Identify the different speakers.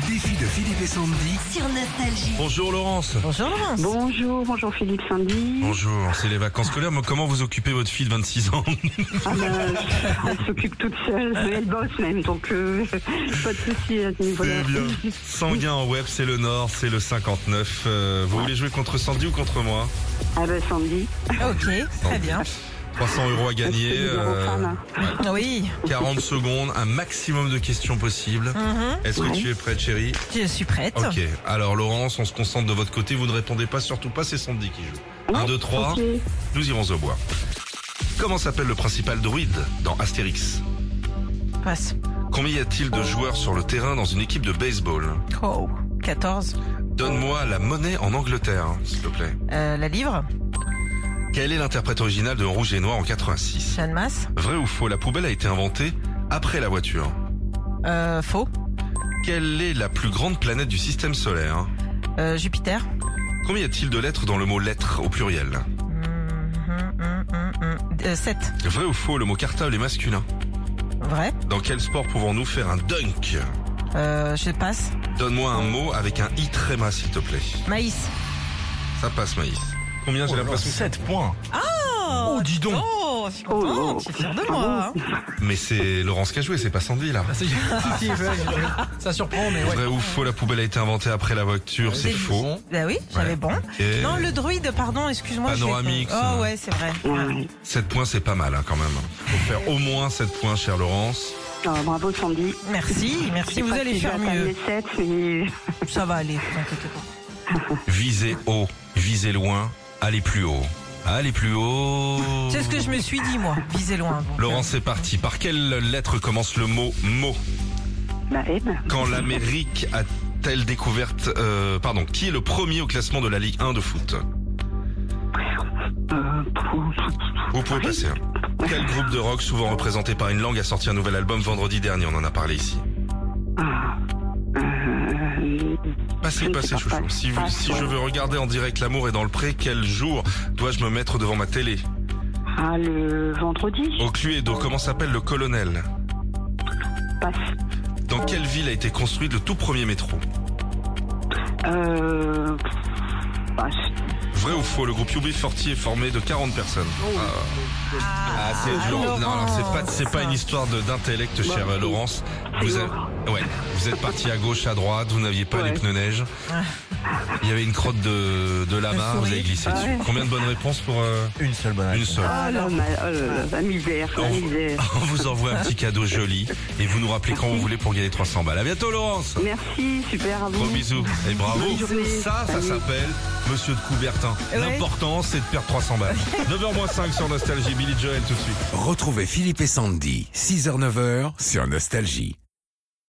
Speaker 1: Philippe et Sandy.
Speaker 2: sur Nostalgie.
Speaker 3: Bonjour Laurence.
Speaker 2: Bonjour Laurence.
Speaker 4: Bonjour, bonjour Philippe Sandy.
Speaker 3: Bonjour, c'est les vacances scolaires. mais Comment vous occupez votre fille de 26 ans
Speaker 4: Ah ben, elle s'occupe toute seule, mais elle bosse même, donc euh, pas de soucis à ce niveau-là.
Speaker 3: C'est bien. Sanguin en web, c'est le Nord, c'est le 59. Euh, vous voulez jouer contre Sandy ou contre moi
Speaker 4: Ah ben Sandy,
Speaker 2: Ok, très bien.
Speaker 3: 300 euros à
Speaker 4: je
Speaker 3: gagner.
Speaker 4: te libère aux
Speaker 3: euh,
Speaker 4: femmes.
Speaker 2: Oui,
Speaker 3: 40 secondes, un maximum de questions possibles. Est-ce que
Speaker 4: Ouais.
Speaker 3: tu es prête, chérie
Speaker 2: mhm. je suis prête.
Speaker 3: Ok. Alors, Laurence, on se concentre de votre côté. Vous ne répondez pas, surtout pas. C'est Sandy qui joue. 1, 2, 3.
Speaker 4: Ok.
Speaker 3: Nous irons au bois. Comment s'appelle le principal druide dans Astérix
Speaker 2: Passe.
Speaker 3: Combien y a-t-il de joueurs sur le terrain dans une équipe de baseball
Speaker 2: Oh, 14.
Speaker 3: Donne-moi la monnaie en Angleterre, s'il te plaît.
Speaker 2: Euh, la livre,
Speaker 3: Quelle est l'interprète originale de Rouge et Noir en 86
Speaker 2: Jeanne Masse.
Speaker 3: Vrai ou faux, la poubelle a été inventée après la voiture.
Speaker 2: Euh, faux.
Speaker 3: Quelle est la plus grande planète du système solaire
Speaker 2: Euh, Jupiter.
Speaker 3: Combien y a-t-il de lettres dans le mot lettre au pluriel
Speaker 2: Hum, hum, hum, hum, hum. Euh, 7.
Speaker 3: Vrai ou faux, le mot cartable est masculin.
Speaker 2: Vrai.
Speaker 3: Dans quel sport pouvons-nous faire un dunk
Speaker 2: Euh, je passe.
Speaker 3: Donne-moi un mot avec un i tréma, s'il te plaît.
Speaker 2: Maïs.
Speaker 3: Ça passe, Maïs. Combien
Speaker 5: Oh,
Speaker 3: j'ai l'impression que-
Speaker 5: 7 points.
Speaker 2: Oh,
Speaker 5: dis donc.
Speaker 2: Oh, je suis
Speaker 4: Oh,
Speaker 2: contente,
Speaker 4: oh.
Speaker 2: je suis fière de moi. hein.
Speaker 3: Mais c'est Laurence qui a joué, c'est pas Sandy, là.
Speaker 5: Ah, c'est- si, si, ouais, je- ça surprend, mais ouais.
Speaker 3: Vrai ou faux, la poubelle a été inventée après la voiture, c'est
Speaker 2: C'est
Speaker 3: faux.
Speaker 2: Bah oui, j'avais
Speaker 3: Ouais.
Speaker 2: bon.
Speaker 3: Et-
Speaker 2: Non, le druide, pardon, excuse-moi. je l'ai-
Speaker 3: Panoramix.
Speaker 2: Oh ouais, c'est vrai. Ah,
Speaker 4: Ouais.
Speaker 3: 7 points, c'est pas mal hein, quand même. Faut faire au moins 7 points, chère Laurence.
Speaker 4: Ah, bravo Sandy.
Speaker 2: Merci, merci, vous allez faire mieux.
Speaker 4: Les 7, mais
Speaker 2: Ça va aller, vous inquiétez pas.
Speaker 3: Visez haut, visez loin, allez plus haut. Allez plus haut.
Speaker 2: C'est ce que je me suis dit, moi. Visez loin. donc.
Speaker 3: Laurence, c'est parti. Par quelle lettre commence le mot mot
Speaker 4: la M.
Speaker 3: Quand l'Amérique a-t-elle découverte... euh, pardon, qui est le premier au classement de la Ligue 1 de foot
Speaker 4: Euh, pour-
Speaker 3: Vous pouvez passer. hein. Quel groupe de rock, souvent représenté par une langue, a sorti un nouvel album vendredi dernier On en a parlé ici.
Speaker 4: Ah, euh,
Speaker 3: Passez,
Speaker 4: Je ne sais
Speaker 3: passez,
Speaker 4: pas,
Speaker 3: chouchou.
Speaker 4: passe,
Speaker 3: Si, vous-
Speaker 4: passe,
Speaker 3: si
Speaker 4: ouais.
Speaker 3: je veux regarder en direct L'amour est dans le pré, quel jour dois-je me mettre devant ma télé
Speaker 4: ah, le vendredi,
Speaker 3: Au Cluedo, comment s'appelle le colonel
Speaker 4: passe.
Speaker 3: Dans quelle ville a été construit le tout premier métro
Speaker 4: Euh, passe.
Speaker 3: Vrai ou faux, le groupe UB40 est formé de 40 personnes.
Speaker 4: Oh.
Speaker 3: Ah, c'est lourd.
Speaker 2: Laurence.
Speaker 3: Non, non, c'est pas, c'est pas une histoire de- d'intellect, chère euh, Laurence. Vous
Speaker 4: C'est
Speaker 3: êtes,
Speaker 4: lourd.
Speaker 3: ouais, vous êtes parti à gauche, à droite, vous n'aviez pas les
Speaker 4: Ouais.
Speaker 3: pneus neige. Il y avait une crotte de, de lama,
Speaker 2: De
Speaker 3: vous avez
Speaker 2: souris.
Speaker 3: glissé dessus.
Speaker 4: Ouais.
Speaker 3: Combien de bonnes réponses pour euh,
Speaker 5: Une seule bonne
Speaker 3: une seule
Speaker 4: Ah, là, ma- oh là là, la misère,
Speaker 3: Oh.
Speaker 4: la misère.
Speaker 3: On vous envoie un petit cadeau joli et vous nous rappelez quand vous voulez pour gagner 300 balles. À bientôt Laurence
Speaker 4: Merci, super à vous.
Speaker 3: Gros bisous et bravo
Speaker 4: Bonne journée.
Speaker 3: Ça, ça
Speaker 4: Salut.
Speaker 3: s'appelle Monsieur de Coubertin.
Speaker 2: Ouais.
Speaker 3: L'important, c'est de perdre 300 balles. 9h05 sur Nostalgie, Billy Joel tout de suite.
Speaker 1: Retrouvez Philippe et Sandy, 6h-9h sur Nostalgie.